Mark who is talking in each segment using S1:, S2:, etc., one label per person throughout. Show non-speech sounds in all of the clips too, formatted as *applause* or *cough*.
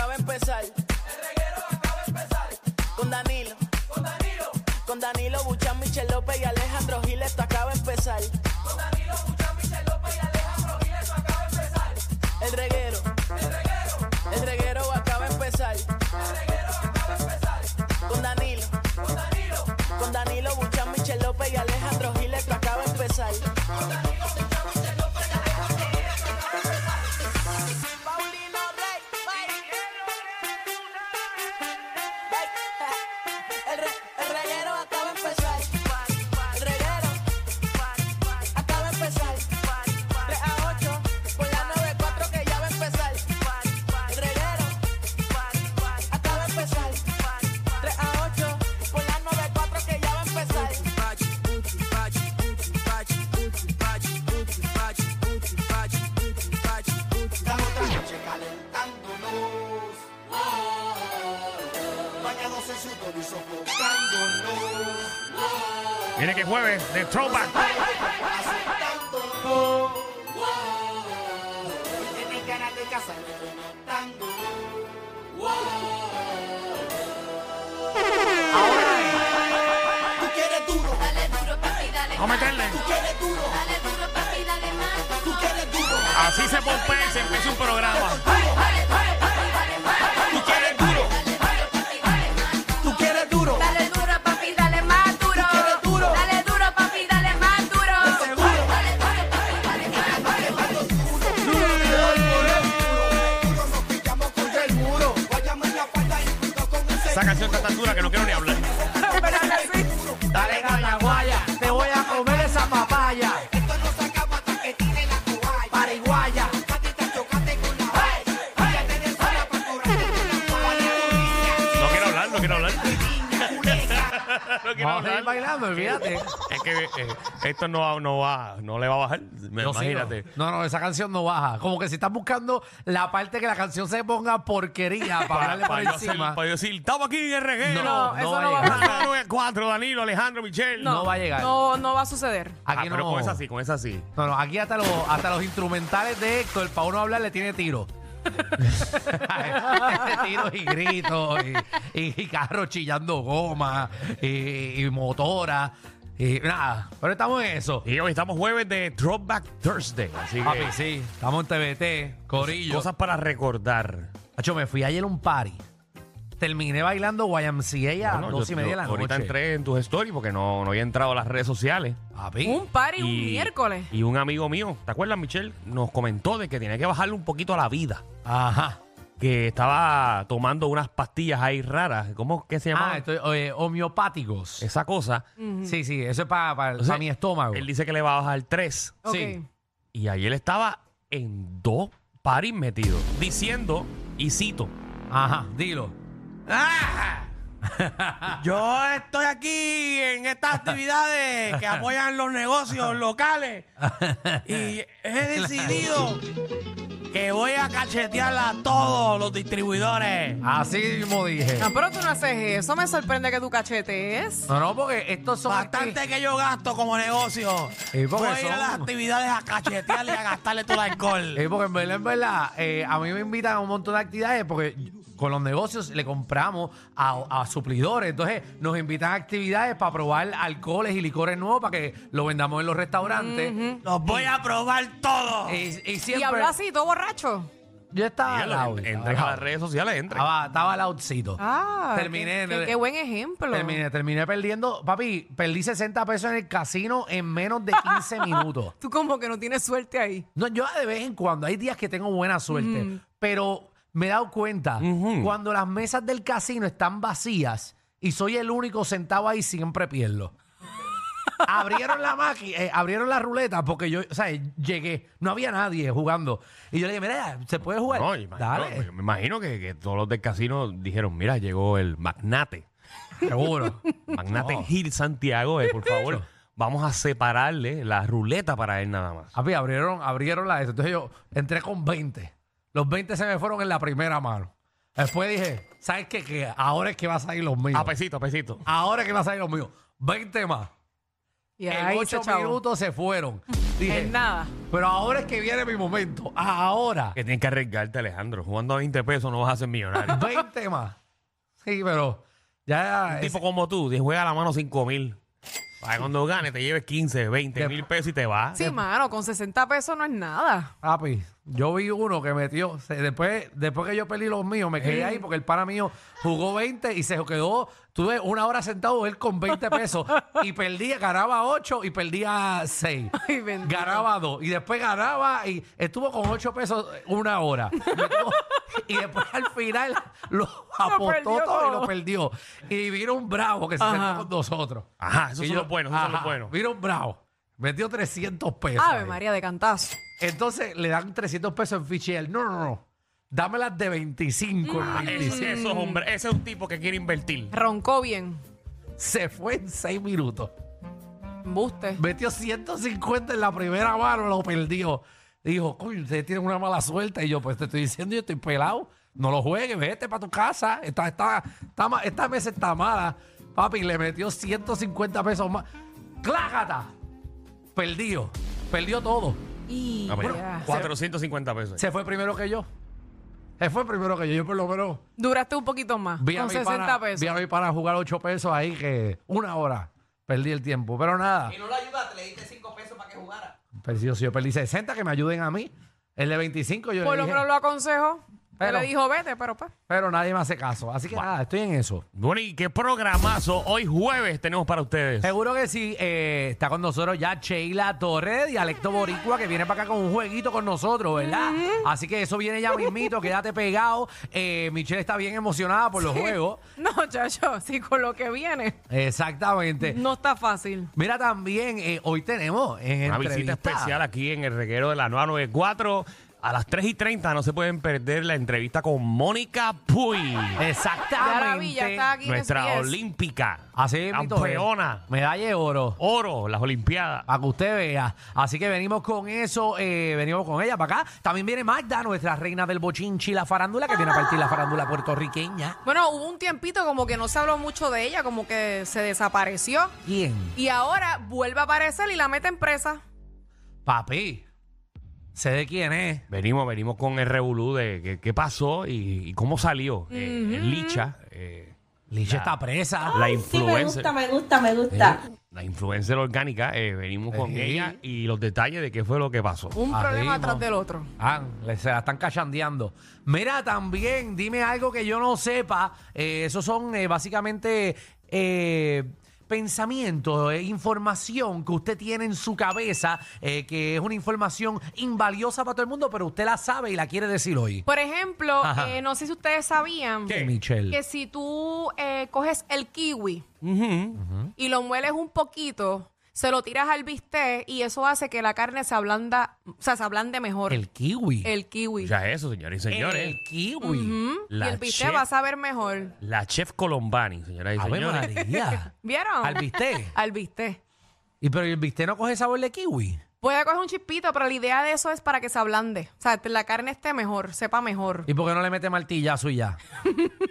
S1: acaba de empezar. Con Danilo. Con Danilo Buchan, Michel López y Alejandro Giles, esto acaba de empezar. El reguero. El reguero acaba de empezar. Con Danilo. Con Danilo Buchan, Michel López y Alejandro Giles, esto acaba de empezar. Paulino Rey, El, re, el reguero acaba de empezar. El reguero acaba de empezar. 3 a 8 por la 94 que ya va a empezar. El reguero acaba de empezar. 3 a 8 por la 94 que ya va a empezar.
S2: Dame otra noche calentándonos. Bañados en sudor y sofocándonos.
S3: Viene que jueves de Throwback.
S2: Aceptándonos. Hoy tienes ganas de casarme connotándonos. Ahora, tú quieres duro,
S4: Dale duro, papi, dale
S3: Vamos a
S4: más.
S3: meterle.
S2: tú quieres duro,
S4: Dale duro, papi, dale más.
S2: tú quieres duro.
S3: Así se pompea y se empieza un programa.
S4: Dale duro, papi, dale más.
S2: Tú quieres duro,
S4: Dale
S2: tú quieres duro.
S4: duro, papi, dale más. Dale duro, papi, dale más duro.
S2: quieres duro.
S4: Dale duro, papi, dale más duro.
S2: seguro.
S4: Dale duro, papi, dale más duro.
S2: Nos pillamos contra el muro. Vayamos en la falda y junto con el
S3: Esa canción está tan dura que no quiero ni hablar.
S2: Dale a la guaya, te voy a comer esa papaya. Esto no se acaba hasta que tire la toalla. Paraguaya, patita chocate con la valla. Vaya Venezuela pa' curarte con la toalla.
S3: No quiero hablar, no quiero hablar. *laughs* no quiero
S5: Vamos a seguir
S3: hablar.
S5: bailando, olvídate.
S3: Es que eh, esto no, no va, no le va a bajar. Me-
S5: Yo sigo.
S3: imagínate.
S5: No, no, esa canción no baja. Como que si estás buscando la parte que la canción se
S3: *laughs*
S5: ponga porquería para
S3: Para,
S5: darle por
S3: para yo hacer-
S5: encima.
S3: para yo decir, estamos aquí en el reguero.
S5: No,
S6: eso
S5: va
S6: no
S5: a
S6: va a
S5: llegar.
S6: pasar.
S3: 4, Danilo, Alejandro, Michelle.
S5: No va a llegar.
S6: No, no va a suceder.
S3: Ah,
S5: Aquí
S3: pero
S5: no.
S3: con esa sí, con esa sí.
S5: No, no, aquí hasta los, hasta los instrumentales de Héctor, para uno hablar, le tiene tiro. *laughs* Tiros y gritos, y, y carros chillando goma, y, y motora, y nada. Pero estamos en eso.
S3: Y hoy estamos jueves de Throwback Thursday. Así
S5: Papi,
S3: que
S5: sí, estamos en TBT, Corillo.
S3: cosas para recordar.
S5: Hacho, me fui ayer a un party. Terminé bailando YMCA a
S3: Bueno,
S5: las
S3: yo-
S5: Ah, dos y media de la
S3: yo
S5: noche.
S3: Ahorita entré en tus stories porque no, no había entrado a las redes sociales.
S5: Papi,
S6: Un party un
S5: Eh.
S6: miércoles.
S3: Y un amigo mío, ¿te acuerdas, Michelle? Nos comentó de que tenía que bajarle un poquito a la vida.
S5: Ajá.
S3: Que estaba tomando unas pastillas ahí raras. ¿Cómo que se llama?
S5: Ah, Mm. estoy, eh, homeopáticos.
S3: Esa cosa.
S5: Sí, sí, eso es para
S3: Entonces,
S5: mi estómago.
S3: Él dice que le va a bajar tres.
S6: Ok.
S5: Sí.
S3: Y ayer estaba en dos paris metido. Diciendo, y cito.
S5: Ajá, dilo.
S3: Ah. Yo estoy aquí en
S5: *laughs*
S3: estas actividades que apoyan los negocios locales y he decidido que voy a cachetear a todos los distribuidores.
S5: Así mismo dije.
S6: Ah, pero tú no haces eso. Me sorprende que tu cachete es.
S5: No, no, porque estos son.
S3: Bastante que yo gasto como negocio.
S5: Sí, porque
S3: voy a ir a
S5: son-
S3: las actividades a cachetearle y a gastarle todo el alcohol.
S5: *laughs* Eh, porque en verdad, en verdad, eh, a mí me invitan a un montón de actividades porque con los negocios le compramos a, a suplidores. Entonces, nos invitan a actividades para probar alcoholes y licores nuevos para que lo vendamos en los restaurantes.
S3: Los voy a probar todos.
S5: Y, y
S6: Y
S5: siempre.
S6: habla así, todo borracho.
S5: Yo estaba al lado.
S3: Entren a
S5: estaba-
S3: las redes sociales, entren.
S5: Estaba, estaba lautcito.
S6: Ah.
S5: Terminé.
S6: Qué, qué- qué buen ejemplo.
S5: Terminé, terminé perdiendo. Papi, perdí 60 pesos en el casino en menos de
S6: *laughs*
S5: 15 minutos.
S6: Tú como que no tienes suerte ahí.
S5: No, yo de vez en cuando, hay días que tengo buena suerte, pero me he dado cuenta, cuando las mesas del
S6: *laughs*
S5: casino están vacías y soy el único sentado ahí, siempre pierdo. abrieron la máquina, abrieron la ruleta porque yo, o sea, llegué, no había nadie jugando. Y yo le dije, mira, se puede jugar.
S3: No, imagino-
S5: Dale,
S3: Me imagino que, que todos los del casino dijeron, mira, llegó el
S5: *laughs*
S3: magnate.
S5: seguro.
S3: Magnate Gil Santiago, eh, por favor, vamos a separarle la ruleta para él nada más.
S5: Papi, abrieron, abrieron la de eso. Entonces yo entré con 20. Los 20 se me fueron en la primera mano. Después dije, ¿sabes qué? Que ahora es que va a salir los míos.
S3: A Ah, pesito, a pesito.
S5: Ahora es que va a salir los míos. 20 más.
S6: Y
S5: en
S6: ahí
S5: 8
S6: se chavó.
S5: minutos se fueron. Dije,
S6: *laughs* En nada.
S5: pero ahora es que viene mi momento. Ahora.
S3: Que tienes que arriesgarte, Alejandro. Jugando a 20 pesos no vas a ser millonario.
S5: 20 más. Sí, pero ya...
S3: Un
S5: ese-
S3: tipo como tú, te juega la mano 5 mil. Para que cuando ganes te lleves 15, 20 mil pesos y te vas.
S5: Este,
S6: Sí, mano, con 60 pesos no es nada.
S5: Papi, yo vi uno que metió. se- después, después que yo perdí los míos, me quedé ahí porque el pana mío jugó 20 y se quedó. Tuve una hora sentado él con 20 pesos y perdía, ganaba 8 y perdía 6.
S6: *laughs* Ay, bendito.
S5: Ganaba 2 y después ganaba y estuvo con 8 pesos una hora. *laughs* Me tuvo- y después al final lo apostó
S6: perdió
S5: todo y lo
S6: todo.
S5: perdió. Y vino un bravo que se sentó con nosotros.
S3: Ajá, Ah, esos
S5: Y
S3: son
S5: yo-
S3: los buenos, esos son los
S5: ajá,
S3: buenos.
S5: Vino un bravo. Metió 300 pesos.
S6: Ave
S5: ahí.
S6: María de cantazo.
S5: Entonces le dan 300 pesos en ficha y él, no, no, no, dámelas de 25 en
S3: Ese,
S5: 25.
S3: esos hombres- ese es un tipo que quiere invertir.
S6: Roncó bien.
S5: Se fue en 6 minutos.
S6: Buste.
S5: Metió 150 en la primera mano, lo perdió. Dijo, coño, ustedes tienen una mala suerte. Y yo, pues te estoy diciendo, yo estoy pelado. No lo juegues, vete para tu casa. Esta, esta, esta, ma- esta mesa está mala. Papi, le metió 150 pesos más. ¡Clágata! Perdió. Perdió todo.
S6: Y
S3: Ah, pero
S6: ya.
S3: 450 pesos.
S5: Se fue primero que yo. Se fue primero que yo. Yo por lo menos...
S6: Duraste un poquito más.
S5: Vi a,
S6: con
S5: mi
S6: 60
S5: pana,
S6: pesos.
S5: vi a mi pana jugar 8 pesos ahí que una hora. Perdí el tiempo, pero nada.
S1: Y no lo ayudaste, le diste 5 pesos para que jugara.
S5: Pero si yo, si yo perdí 60, que me ayuden a mí. El de 25 yo
S6: Por
S5: le
S6: lo
S5: dije,
S6: menos lo aconsejó. Él
S5: Pero-
S6: le dijo, vete, pero pues.
S5: pero nadie me hace caso. Así que nada, estoy en eso.
S3: Bueno, y qué programazo hoy jueves tenemos para ustedes.
S5: Seguro que sí. eh, está con nosotros ya Sheila Torres, dialecto boricua, que viene para acá con un jueguito con nosotros, ¿verdad? Así que eso viene ya mismito, quédate pegado. Eh, Michelle está bien emocionada por los juegos.
S6: *laughs* No, chacho, sí, con lo que viene.
S5: Exactamente.
S6: No está fácil.
S5: Mira también, eh, hoy tenemos en
S3: Una visita
S5: entrevista
S3: especial aquí en el reguero de la 994. A las 3 y 30 no se pueden perder la entrevista con Mónica Puy,
S5: Exactamente.
S6: Ya la vi, ya está aquí. en
S3: nuestra
S6: SBS.
S3: olímpica,
S5: Así mismo es.
S3: campeona,
S5: Medalla de oro.
S3: oro, las Olimpiadas.
S7: Ah.
S5: Para que usted vea. Así que venimos con eso, eh, venimos con ella para acá. También viene Magda, nuestra reina del bochinchi, la farándula, que viene a partir la farándula puertorriqueña.
S6: Bueno, hubo un tiempito como que no se habló mucho de ella, como que se desapareció.
S5: ¿Quién?
S6: Y ahora vuelve a aparecer y la meten presa.
S5: Papi. Sé de quién es.
S3: Venimos, venimos con el revolú de qué- qué pasó y, y cómo salió. Eh, Licha, eh,
S5: Licha está presa.
S3: la influencer. Eh,
S7: me gusta, me gusta.
S3: la influencer orgánica, eh, venimos con
S5: Ey.
S3: ella y los detalles de qué fue lo que pasó.
S6: Un
S5: Arriba.
S6: problema tras del otro.
S5: Ah, le- se la están cachandeando. Mira, también, dime algo que yo no sepa. Eh, esos son eh, básicamente eh, pensamientos, eh, información que usted tiene en su cabeza, eh, que es una información invaliosa para todo el mundo, pero usted la sabe y la quiere decir hoy.
S6: Por ejemplo,
S5: Ajá.
S6: eh, no sé si ustedes sabían
S5: ¿Qué, Michelle?
S6: que si tú eh, coges el kiwi y lo mueles un poquito, se lo tiras al bistec y eso hace que la carne se ablanda, o sea, se ablande mejor.
S5: El kiwi.
S6: El kiwi.
S3: Ya eso, señores y señores.
S5: El kiwi.
S6: y
S3: la
S6: el bistec
S3: chef.
S6: va a saber mejor.
S3: La chef Colombani, señoras y
S5: Ave
S3: señores.
S5: María.
S6: ¿Vieron?
S5: Al bistec.
S6: Al bistec.
S5: ¿Y pero el bistec no coge sabor de kiwi?
S6: Puede coger un chispito, pero la idea de eso es para que se ablande. O sea, la carne esté mejor, sepa mejor.
S5: ¿Y por qué no le mete martillazo y ya?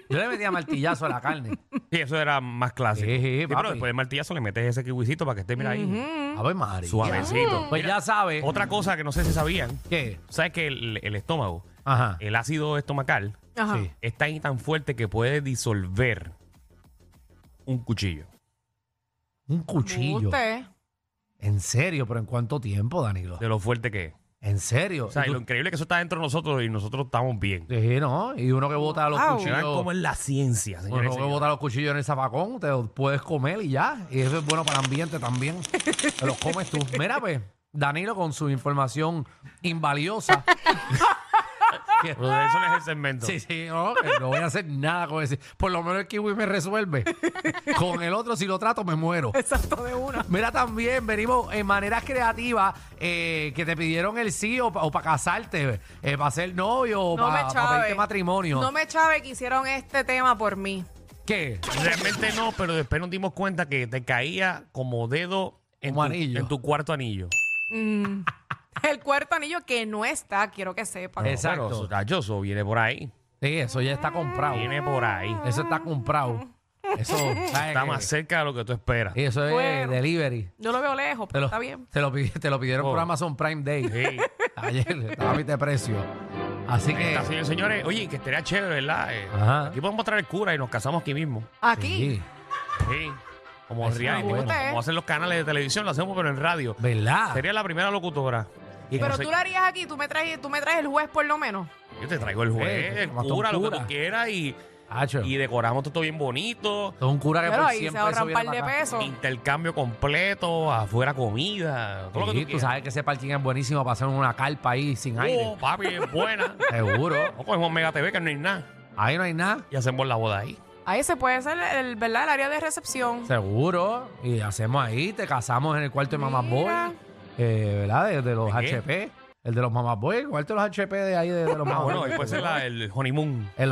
S5: Yo le metía martillazo a la carne.
S3: *laughs* Y eso era más clásico.
S5: Sí, sí,
S3: Sí,
S5: Eh, papi.
S3: pero después del martillazo le metes ese kiwisito para que esté, mira ahí,
S5: A ver, María.
S3: suavecito.
S5: Ah, Pues
S3: Mira,
S5: ya sabe.
S3: Otra cosa que no sé si sabían.
S5: ¿Qué?
S3: ¿Sabes que el, el estómago,
S5: Ajá.
S3: el ácido estomacal,
S6: Ajá.
S5: Sí.
S3: es tan y tan fuerte que puede disolver un cuchillo?
S5: Un cuchillo.
S6: Usted.
S5: En serio, pero ¿en cuánto tiempo, Danilo?
S3: De lo fuerte que es.
S5: En serio.
S3: O sea, y lo
S5: Y tú-
S3: increíble es que eso está dentro de nosotros y nosotros estamos bien.
S5: Sí, ¿no? Y uno que bota los
S6: Wow.
S3: Vean
S5: cuchillos.
S3: cómo es la ciencia,
S5: Uno
S3: señores. y
S5: que
S3: señores.
S5: bota los cuchillos en el zapacón, te los puedes comer y ya. Y eso es bueno para el ambiente también. Te los comes tú. Mira, pues, Danilo con su información invaliosa. que-
S3: Pues Eso no es el segmento.
S5: *laughs* Sí, sí, no, que no voy a hacer nada con ese. Por lo menos el kiwi me resuelve. con el otro, si lo trato, me muero.
S6: Exacto, de una.
S5: Mira, también venimos en maneras creativas eh, que te pidieron el sí o para casarte, para ser novio o
S6: No
S5: para
S6: me
S5: pedirte
S6: chave.
S5: matrimonio.
S6: No me chave que hicieron este tema por mí.
S5: ¿Qué?
S3: Realmente no, pero después nos dimos cuenta que te caía como dedo en,
S5: Como
S3: tu,
S5: anillo.
S3: en tu cuarto anillo.
S6: El cuarto anillo que no está, quiero que sepan.
S5: Es- Exacto.
S3: Pero, eso, cacho, eso viene por ahí.
S5: Sí, eso ya está comprado.
S3: Viene por ahí.
S5: Eso está comprado.
S6: *laughs*
S5: Eso, ¿sabes
S3: Está
S5: qué?
S3: más cerca de lo que tú esperas.
S5: Sí, Eso es
S6: Bueno.
S5: delivery.
S6: Yo lo veo lejos,
S5: Te
S6: pero
S5: lo,
S6: está bien.
S5: Te lo, pidi- te lo pidieron por
S3: Oh.
S5: Amazon Prime Day.
S3: Sí.
S5: *laughs* Ayer estaba a mitad de precio. Así que.
S3: Está, señores, señores. Oye, que estaría chévere, ¿verdad? Eh,
S5: Ajá.
S3: Aquí podemos traer el cura y nos casamos aquí mismo.
S6: Aquí.
S5: Sí,
S3: Sí. Como
S5: Eso ¿eh?
S3: reality,
S5: está bueno.
S3: como- como hacen los canales de televisión, lo hacemos pero en radio.
S5: ¿Verdad?
S3: Sería la primera locutora. Y
S6: Pero
S3: no sé-
S6: tú lo harías aquí, tú me traes, tú me traes el juez por lo menos.
S3: Yo te traigo el juez,
S5: Eh, te
S3: el
S5: tomaste un
S3: cura, lo que
S5: cura.
S3: tú quieras y,
S5: Hacho,
S3: y decoramos todo bien bonito.
S5: esto es un cura que
S6: Pero
S5: por
S6: ahí se
S5: siempre
S6: ahorra
S5: eso
S6: un
S5: viene
S6: par de
S5: para acá.
S6: pesos.
S3: Intercambio completo, afuera comida, todo lo que
S5: Sí,
S3: tú
S5: tú,
S3: quieras.
S5: sabes que ese parking es buenísimo para hacer una carpa ahí sin
S3: Oh,
S5: aire.
S3: papi, es *laughs* buena.
S5: Seguro.
S3: o cogemos Mega TV que no hay nada.
S5: Ahí no hay nada.
S3: Y hacemos la boda ahí.
S6: Ahí se puede hacer el, ¿verdad? El área de recepción.
S5: Seguro. Y hacemos ahí, te casamos en el cuarto de Mamá Boy.
S6: Mira.
S5: Eh, ¿Verdad? De, de los
S3: ¿De qué?
S5: HP. El de los Mamá Boy, el cuarto de los HP de ahí, de, de los
S3: Ah,
S5: Mamá
S3: bueno,
S5: Boy.
S3: después es la, el honeymoon.
S5: El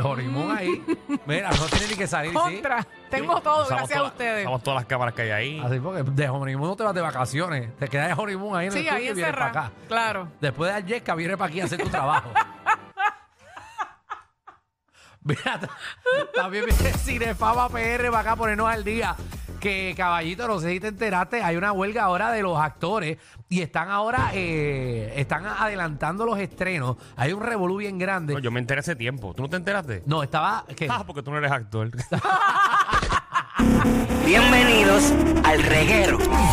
S3: *laughs*
S5: jorimón ahí. Mira, no tiene ni que salir, ¿sí?
S6: Contra. Tengo todo,
S3: Usamos
S6: gracias a
S3: todas-
S6: ustedes.
S3: Usamos todas las cámaras que hay ahí.
S5: Así porque de honeymoon no te vas de vacaciones. Te quedas de honeymoon ahí en el
S6: Sí,
S5: estudio
S6: ahí
S5: y vienes para acá.
S6: encerrado. Claro.
S5: Después de dar yesca, viene para aquí a hacer tu trabajo. Mira, ta- también viene Cinefama PR para acá a ponernos al día. Que caballito, no sé si te enteraste, hay una huelga ahora de los actores y están ahora, eh, están adelantando los estrenos. Hay un revolú bien grande.
S3: No,
S5: No,
S3: yo me enteré hace tiempo. ¿Tú no te enteraste?
S5: estaba. ¿qué?
S3: Ah, porque tú no eres actor.
S1: Bienvenidos al reguero.